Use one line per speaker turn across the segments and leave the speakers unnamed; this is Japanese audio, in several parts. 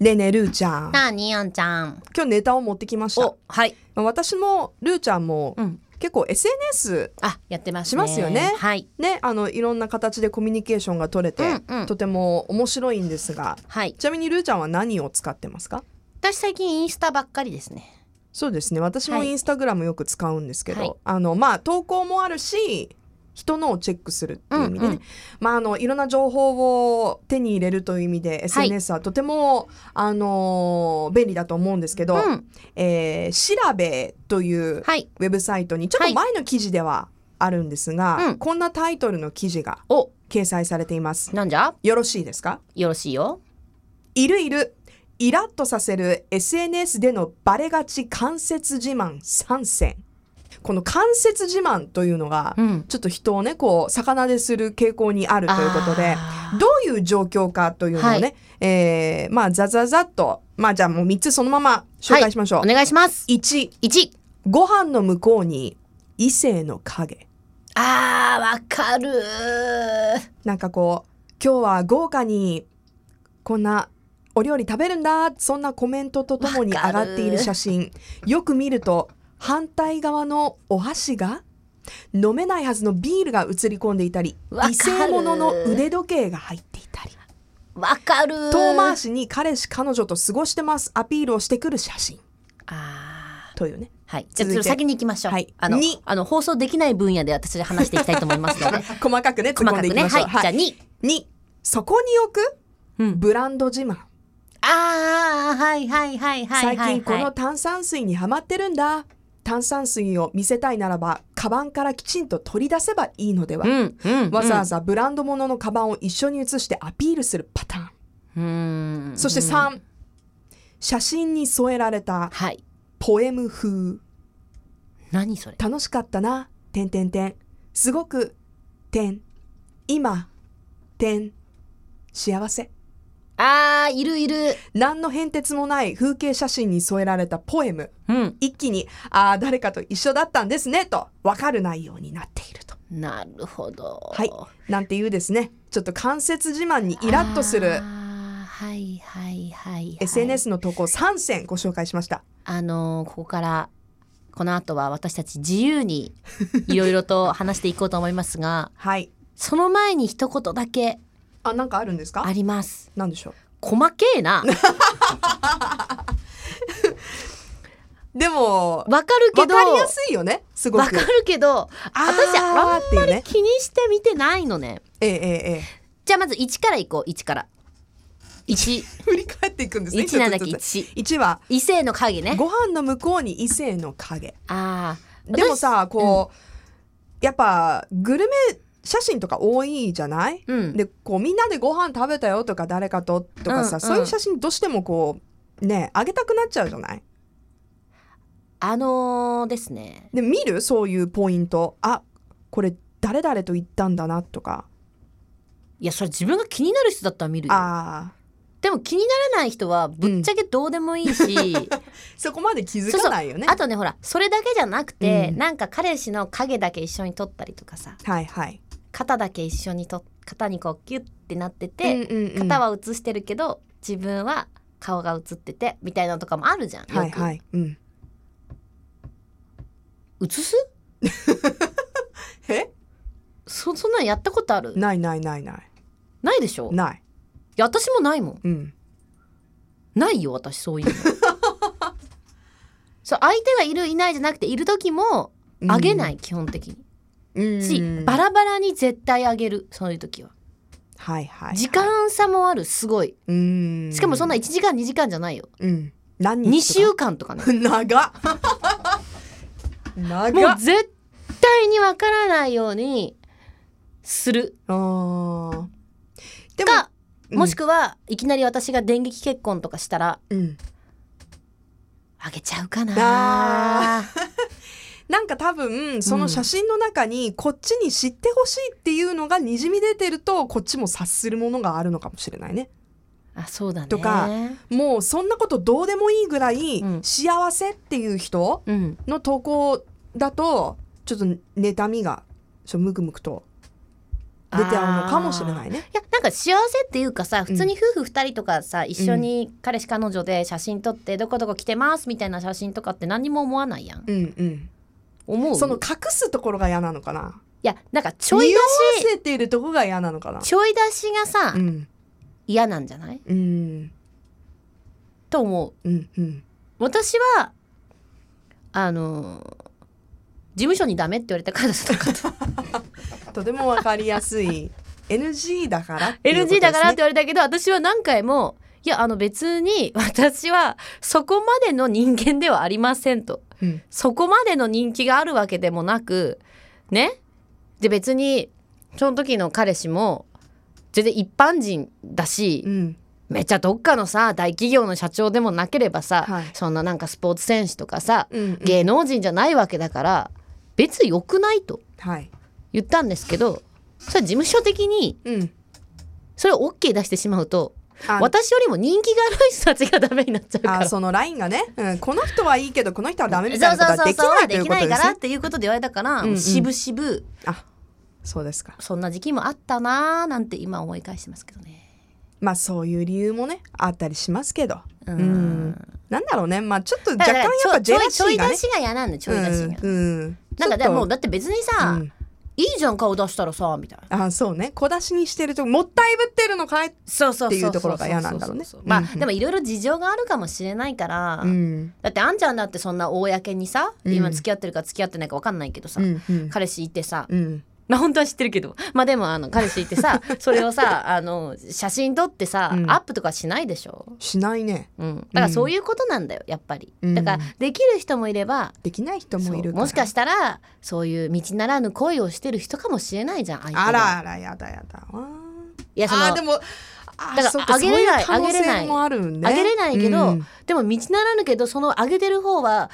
ねえねえルーちゃん
なあにあんちゃん
今日ネタを持ってきました
おはい
まあ私もルーちゃんも、
うん
結構 SNS
あやってますね
しますよね
はい
ねあのいろんな形でコミュニケーションが取れて、
うんうん
とても面白いんですが
はい
ちなみにルーちゃんは何を使ってますか
私最近インスタばっかりですね
そうですね私も
はい
インスタグラムよく使うんですけど、
はい
あのまあ投稿もあるし人のをチェックするっていう意味でね、
うんうん
まああのいろんな情報を手に入れるという意味で SNS はとても、あのー便利だと思うんですけど、
うん
えー調べという
はい
ウェブサイトにちょっと前の記事ではあるんですが、
はいうん
こんなタイトルの記事が
お
掲載されています
なんじゃ
よろしいですか
よろしいよ
いるいるイラッとさせる SNS でのバレがち関節自慢3選この関節自慢というのが、
ん
ちょっと人をねこう魚でする傾向にあるということで
あー
どういう状況かというのをね、
は
えーまあザザザっとまあじゃあもう3つそのまま紹介しましょう、
お願いします
1
一
ご飯の向こうに異性の影
あーわかる
なんかこう今日は豪華にこんなお料理食べるんだそんなコメントとともに上がっている写真よく見ると反対側のお箸が飲めないはずのビールが映り込んでいたり
わかる
異性物の腕時計が入っていたり
わかる
遠回しに彼氏彼女と過ごしてますアピールをしてくる写真
あー
というね
はいじゃあ
続いて
ちょっと先に行きましょう
はい
あの
二
あの放送できない分野で私たち話していきたいと思います ので
細かくね突
細
っ込ん
か
でい
く
き
ね
まし
は
ょう、
いじゃあ二
2そこに置く
うん
ブランド自慢
あーはいはいはいはいはいは
最
い
近この炭酸水にはまってるんだ炭酸水を見せたいならばカバンからきちんと取り出せばいいのでは、
うんうん
わざわざブランド物のカバンを一緒に写してアピールするパターン、
うん
そして3、写真に添えられた
はい
ポエム風
何それ
楽しかったなてんてんてんすごくてん今てん幸せ
あーいるいる
何の変哲もない風景写真に添えられたポエム
うん
一気に「ああ誰かと一緒だったんですね」と分かる内容になっていると。
なるほど
はい、なんていうですねちょっと関節自慢にイラッとする
あーはいはいはい、はい、
SNS の投稿3選ご紹介しました。
あのーここからこの後は私たち自 由にいろいろと話していこうと思いますが
はい、
その前に一言だけ
あなんかあるんですか
あります
なんでしょ
細け えな
うでも
わかるけ
分
ど
かりやすいよねすご
わ
く。
かるけど私
ー
あ
っていうね。
気にして見てないのね
ええええええ。
じゃあまず1からいこう1から1
振り返っていくんですね。
1なんだっけ
一つずつ
1
一は
異性の影ね
ご飯の向こうに異性の影。
ああ
でもさこう、やっぱグルメ写真とか多いじゃない、
うん
でこうみんなでご飯食べたよとか誰かととかさ、
うん
そういう写真どうしてもこうねあげたくなっちゃうじゃない
あのーですね
で見るそういうポイントあこれ誰々と行ったんだなとか
いやそれ自分が気になる人だったら見るよ
あー
でも気にならない人はぶっちゃけどうでもいいし、
そこまで気づ
そうそ
か
う
ないよね
あとねほらそれだけじゃなくて、
うん
なんか彼氏の影だけ一緒に撮ったりとかさ
はいはい
肩だけ一緒にと肩にこうギュッてなってて、
うんうんうん
肩は写してるけど自分は顔が写っててみたいなのとかもあるじゃんよく、
はいはい、うん、
写 す
え
そそんなんやったことある
ないないないない
ないでしょい
ない
や私もないもん
うん
ないよ私そういうのそう相手がいるいないじゃなくている時もあげない、基本的に
うん
しバラバラに絶対あげるそういう時は
はいはいはい
時間差もあるすごい
うん
しかもそんな1時間2時間じゃないよ
うん何
2
日とか
週間とかね
長 っ
も
長
う絶対にわからないようにする
あーでも
か
うん
もしくはいきなり私が電撃結婚とかしたら
うん、
あげちゃうかな
あ
あ
なんか多分その写真の中にこっちに知ってほしいっていうのがにじみ出てるとこっちも察するものがあるのかもしれないね
そうだね
とかもうそんなことどうでもいいぐらい
うん
幸せっていう人
うん
の投稿だとちょっと妬みがちょっとムクムクと出てあるのかもしれないね。
いやなんか幸せっていうかさ普通に夫婦2人とかさ、一緒に彼氏彼女で写真撮ってどこどこ来てますみたいな写真とかって何にも思わないやん
うん
思
う、
うん
その隠すところが嫌なのかな。
いやなんかち
匂
ょ
わ
い出し
せているところが嫌なのかな。
ちょい出しがさ、
うん、
嫌なんじゃない
うん、
と思う
うん、うん。
私はあのー事務所にダメって言われたから です
とてもわかりやす い NG だからっていうことで
LG
すね
だからって言われたけど私は何回もいやあの別に私はそこまでの人間ではありませんと、
うん
そこまでの人気があるわけでもなくねで別にその時の彼氏も全然一般人だし、
うん、
めっちゃどっかのさ大企業の社長でもなければさ、
はい
そんななんかスポーツ選手とかさ、
うん、うん
芸能人じゃないわけだから別に良くないと
はい、
言ったんですけどそれ事務所的に
うん、
それを OK 出してしまうと
あ
私よりも人気がある人たちがダメになっちゃうか
あ
ら。
そのラインがね、うん、この人はいいけどこの人はダメ
そう
みた
そ
いな
う
ことは
そう
でき
そう
ないとい
で
うことで
きないか
す
ら
ね
っ。ていうことで言われたから、
うんうん
しぶしぶ
あそうですか
そんな時期もあったなーなんて今思い返してますけどね。
まあそういう理由もねあったりしますけどう
う
んなんだろうねまあちょっと
だ
若
か
干
ら
やっぱジェラシ
ちょい
ー
ちょ
が
い
ね
出しが嫌なんだよちょい出しが。
うん、うん、
なん
ちょ
かで
っと
もうだって別にさ、
うん
いいじゃん顔出したらさみたいな。
あそうね小出しにしてるともったいぶってるのかい
そうそうそうそう
っていうところが嫌なんだろうね
まあ、
うんうん
でもいろいろ事情があるかもしれないから、
うん
だってあんちゃんだってそんな公にさ、
うん
今付き合ってるか付き合ってないか分かんないけどさ、
うんうん
彼氏いてさ、
うん
まあ本当は知ってるけどまあでもあの彼氏いて さそれをさあの写真撮ってさ、
うん
アップとかしないでしょ、
しないね
うん、だからそういうことなんだよやっぱり、
うん
だからできる人もいれば
できない人もいる
そう
から
もしかしたらそういう道ならぬ恋をしてる人かもしれないじゃん相手が
あらあらやだやだわ
いやその
あーでもあ
だから
そっか
あげれない
そういう可能
あげれな
性
い
もあるね
あげれないけど、
うん
でも道ならぬけどそのあげてる方は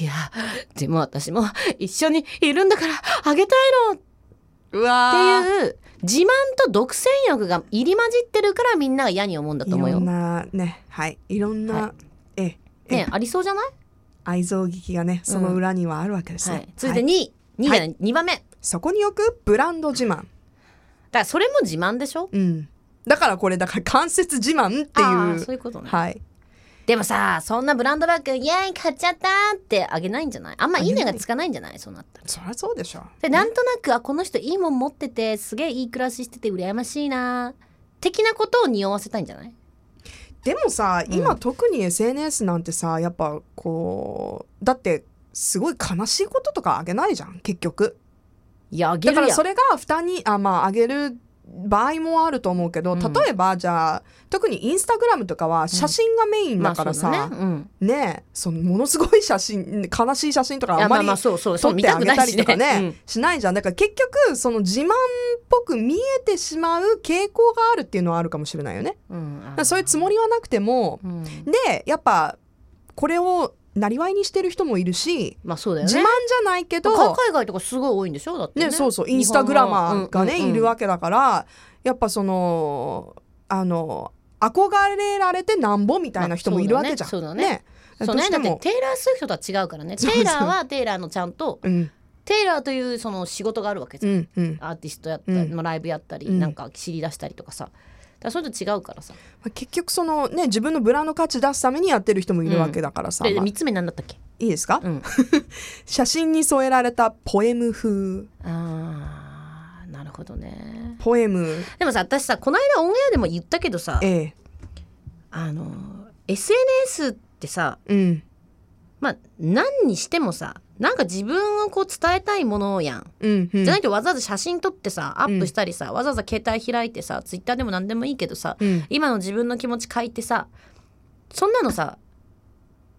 いやでも私も一緒にいるんだからあげたいのっ
うわ
て
ー
いう自慢と独占欲が入り混じってるからみんなが嫌に思うんだと思う
いろん
よ。
なねはいいろんな、
は
えええ
ねありそうじゃない、
愛憎劇がねその裏にはあるわけですね、
はい、続いて2位、2位じゃない、2番目だか
そこに置くブランド自慢
らそれも自慢でしょっ
うんだからこれだから関節自慢っていう
そういうことね、
はい
でもさそんなブランドバッグイエーイ買っちゃったってあげないんじゃないあんまいいねがつかないんじゃないそうなったら
そりゃそうでしょ
でなんとなくあこの人いいもん持っててすげえいい暮らししてて羨ましいな的なことを匂わせたいんじゃない
でもさ
うん
今特に SNS なんてさやっぱこうだってすごい悲しいこととかあげないじゃん結局
いやあげ
だから
るやん
それが負担にあまああげる場合もあると思うけど
うん
例えばじゃあ、特にインスタグラムとかは写真がメインだからさ、
まあそうだねうん
ねえそのものすごい写真悲しい写真とか
い
あ
や
んま
まあ
り
まあそうそう
撮
そう
っ
見
て
た
あ
く
げ
な
た
い
り
し
と
ね
かね
うん
しないじゃんだから結局その自慢っぽく見えてしまう傾向があるっていうのはあるかもしれないよね
うん
だからそういうつもりはなくても
うん
でやっぱこれをなりわいにしてる人もいるし
まあそうだよね
自慢じゃないけど
か海外とかすごい多いんでしょだってね
ね、そうそうインスタグラマーがね、
日本のうんうんうん
いるわけだからやっぱそのあの憧れられてなんぼみたいな人もいるわけじゃん。
まあそうだねそう
ど
だねそうね
し
だ
て
って
も
テイラー・スウィフトとは違うからね
そう
テ
そう
イラーはテイラーのちゃんと
うん
テイラーというその仕事があるわけじ
う
ゃん、
んうんま
アーティストやったり、
うん
まあライブやったり、
うん
なんか知り出したりとかさだからそういうの違うからさ
あ結局そのね自分のブランド価値出すためにやってる人もいるわけだからさ、
で
まあい
3つ目なんだったっけ
いですか、
うん
写真に添えられたポエム風
あーなるほどね
ポエム
でもさ私さこの間オンエアでも言ったけどさ
ええ
あの SNS ってさ
うん
まあ何にしてもさなんか自分をこう伝えたいものやん、
うんうん
じゃないとわざわざ写真撮ってさアップしたりさ、わざわざ携帯開いてさツイッターでも何でもいいけどさ、
うん
今の自分の気持ち書いてさそんなのさ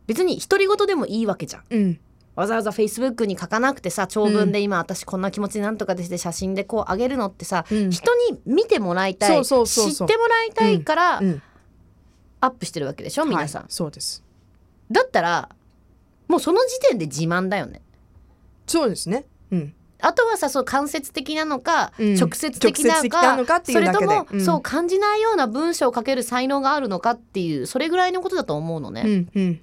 別に独り言でもいいわけじゃん
うん
わざわざ Facebook に書かなくてさ長文で今私こんな気持ちなんとかでして写真でこう上げるのってさ、
うん
人に見てもらいたい
そうそうそうそう
知ってもらいたいから
うん
アップしてるわけでしょ、皆さん、
はいそうです
だったらもうその時点で自慢だよね
そうですねうん
あとはさそう間接的なのか、
うん
直接的な
直接
の
的
か
なのかってい
そうれ
だけ
と
で
も、
うん
そう感じないような文章を書ける才能があるのかっていうそれぐらいのことだと思うのね、
うんうん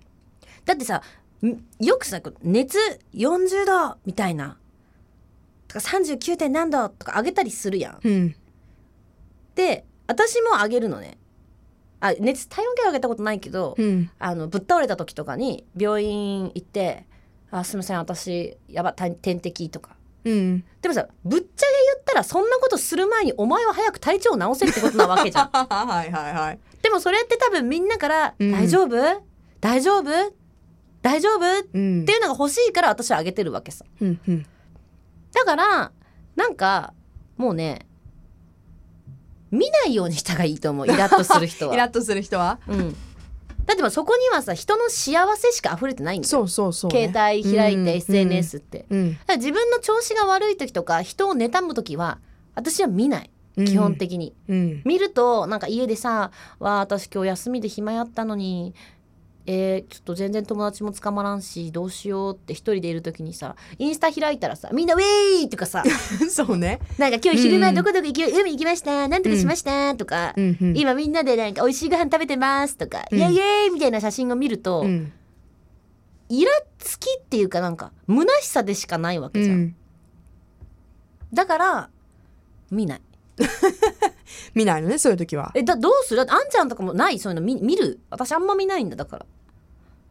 だってさんよくさこう熱40度みたいなとか39点何度とか上げたりするや
う
ん。
ん
で私も上げるのね。あ熱体温計は上げたことないけど、
うん
あのぶっ倒れた時とかに病院行って「あすいません私やばた点滴」とか。
うん
でもさぶっちゃけ言ったらそんなことする前にお前は早く体調を治せってことなわけ じゃん
はいはいはい
でもそれって多分みんなから「
うん
大丈夫大丈夫大丈夫?」っ
うん
ていうのが欲しいから私はあげてるわけさ
うんうん
だからなんかもうね見ないようにした方がいいと思うイラッとする人 は
イラッとする人は
うん、だってもうそこにはさ人の幸せしか溢れてないんだよ、
そうそうそう、
携
ね、
帯開い
うん
て SNS って、だ
うん
から自分の調子が悪い時とか人を妬む時は私は見ない
うん
基本的に、
うん
見るとなんか家でさ「わあ私今日休みで暇やったのにえーちょっと全然友達も捕まらんしどうしよう」って一人でいる時にさインスタ開いたらさみんな「ウェイ!」とかさ
そうね
「なんか今日昼間どこどこ行き、海行きましたなんとかしました」とか、
うんうん
今みんなでなんか美味しいご飯食べてます」とか「
うん
イエイイエイ!」みたいな写真を見ると、
うん
イラつきっていうかなんか虚しさでしかないわ
う
けじゃん、
ん
だから見ない
見ないのねそういう時は
えだどうするだってあんちゃんとかもないそういうの見見る私あんま見ないんだだから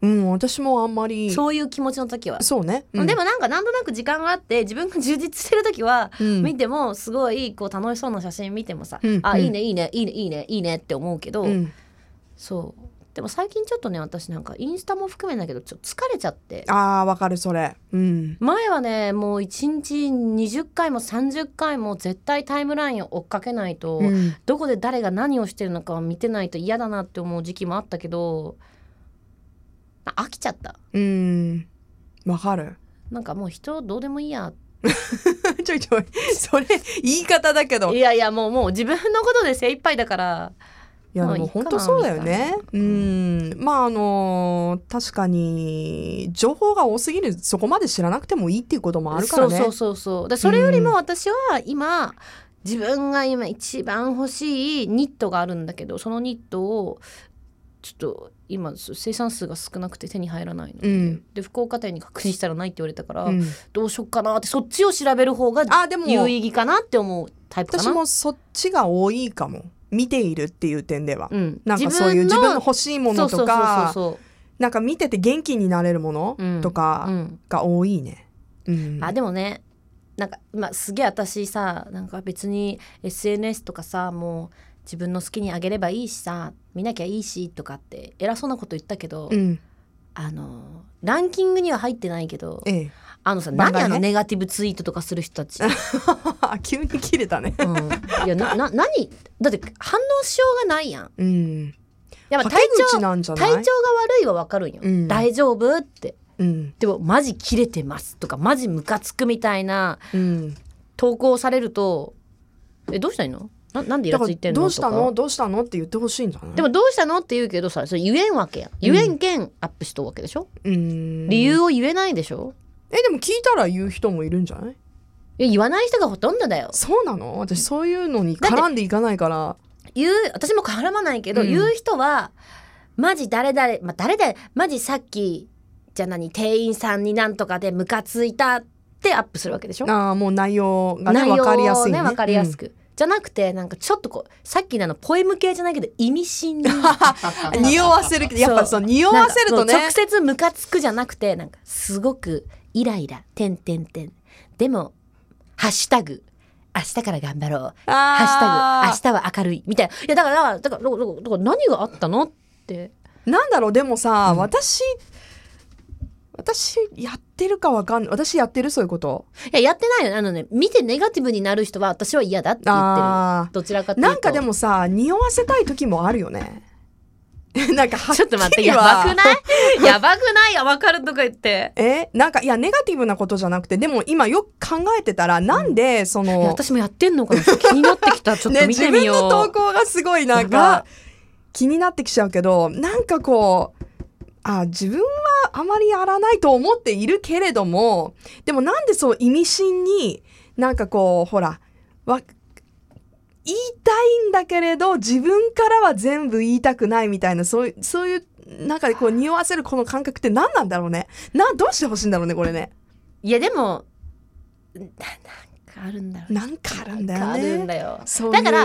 うん私もあんまりそう
そういう気持ちの時は、
ね、うん
でもなんかなんとなく時間があって自分が充実してる時は
うん
見てもすごいこう楽しそうな写真見てもさ、
うん
あ
うん
いいねいいねいいねいいねいいねって思うけど、
うん
そうでも最近ちょっとね私なんかインスタも含めだけどちょっと疲れちゃって
あーわかるそれうん
前はねもう1日20回も30回も絶対タイムラインを追っかけないと、
うん
どこで誰が何をしてるのかを見てないと嫌だなって思う時期もあったけどあ飽きちゃった
うんわかる
なんかもう人どうでもいいや
ちょいちょいそれ言い方だけど
いやいやもうもう自分のことで精一杯だから
いや
まあ
でも
いいか
本
な
当そうだよね。
みた
う、
いなん
まああの確かに情報が多すぎるそこまで知らなくてもいいっていうこともあるからね。
そうそうそうそうでそれよりも私は今、自分が今一番欲しいニットがあるんだけどそのニットをちょっと今生産数が少なくて手に入らないので,、
うん
で福岡店に確認したらないって言われたから、
うん
どうしよっかなってそっちを調べる方が
あでも
有意義かなって思うタイプか
私
な。
もそっちが多いかも見ているっていう点では。
うん、
なんかそういう自分の
の
欲しいものとか
そうそうそう
なんか見てて元気になれるもの
うん
と
そうそう、
か
うん、
が多いね。うん、
あでもねなんか、まあ、すげえ私さなんか別に SNS とかさもう自分の好きにあげればいいしさ見なきゃいいしとかって偉そうなこと言ったけど、
うん
あのランキングには入ってないけど
ええ、
あのさ
番
何
外
あ
ね
のネガティブツイートとかする人た ち、う
急に切れたね。
ん、いやなな何だって反応しようがないやん
うん、
やっぱ
はけ
体
口
調
なんじゃな
体
い
調が悪いはわかるんよ、
うん
大丈夫って
うん
でもマジ切れてますとかマジムカつくみたいな
うん
投稿されるとえどうしたらいいのななんでイ
だか
ラつ
ら
いてんの
どうしたの
とか
どうしたのって言ってほしいんじゃない
でもどうしたのって言うけどさそれ言えんわけやん言えんけんアップしとうわけでしょ、
うん
理由を言えないでしょ
えでも聞いたら言う人もいるんじゃない
いや言わない人がほとんどだよ
そうなの私そういうのに絡んでいかないから
言う私も絡まないけど、
うん
言う人はマジ誰々、まあ、誰々マジさっきじゃあ何店員さんになんとかでムカついたってアップするわけでしょ
ああもう内容がね
内容
分
を
かりやすいね
ね分かりやすく、じゃなくてなんかちょっとこうさっきのあのポエム系じゃないけど意味深 に
うん匂わせるけどやっぱその匂わせるとね
なんかそう直接ムカつくじゃなくてなんかすごくイライラてんてんてんでも「ハッシュタグ明日から頑張ろう」「ハッシュタ
あ
グ明日は明るい」みたいないやだからだからだからだから何があったのって
ーなんだろうでもさ、
うん
私私やってるかわかんない私やってるそういうこと
いややってないよねあのね見てネガティブになる人は私は嫌だって言ってる
あ
どちらか
ー
というと
なんかでもさ匂わせたい時もあるよね なんかはっきりは
ちょっと待ってやばく ないやばくないやばかるとか言って
えなんかいやネガティブなことじゃなくてでも今よく考えてたらなんでそ
いや
の、
私もやってんのかな気になってきたちょっ
ね
と見
自
て
分
みよう、
の投稿がすごいなん
やば
か気になってきちゃうけどなんかこうあ自分はあまりやらないと思っているけれどもでもなんでそう意味深になんかこうほらわ言いたいんだけれど自分からは全部言いたくないみたいなそういうそういうなんかこう匂わせるこの感覚って何なんだろうねなどうしてほしいんだろうねこれね。
いやでもななんかあるんだろう
なんかあるんだよ
なんかあるん
ね。
だよ
そういう
だから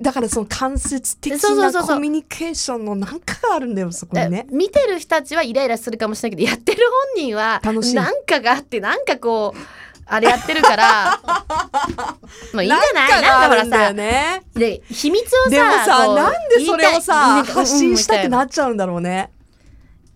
だからその間接的
そうそうそ
な
うそう
コミュニケーションのなんかがあるんだよそこ
だ
にね。
見てる人たちはイライラするかもしれないけどやってる本人は
楽しい
なんかがあってなんかこうあれやってるから まあいいんじゃないなん
が
かほ
あ
ら
るんだよ
さ
ね。
で秘密をさ
でもさ
こう
なんでそれを
言
さ
いたい
発信したくな
うんみたい
っちゃうんだろうね。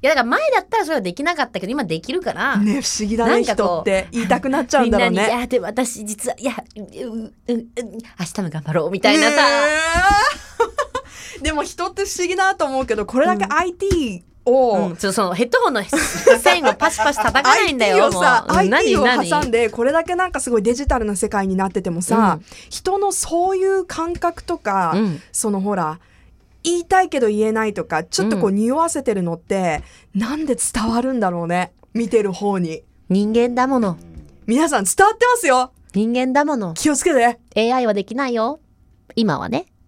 いやだから前だったらそれはできなかったけど今できるから、
ね不思議だ
な
ね
んかこう
人って言いたくなっちゃうん
みん
だろう
なに「い
ね。
やでも私実はいやうううう明日も頑張ろう」みたいなさ、
えー でも人って不思議だと思うけどこれだけ IT を、
うん、ちょっとそのヘッドホンの線をパシパシ叩かないんだ
IT
よ
をさ
もううん
IT を
何
挟ん
何
でこれだけなんかすごいデジタルな世界になっててもさ、
う
人のそういう感覚とか、
うん
そのほら言いたいけど言えないとかちょっとこう匂わせてるのって、なんで伝わるんだろうね見てる方に
人間だもの
皆さん伝わってますよ
人間だもの
気をつけて
AI はできないよ今はね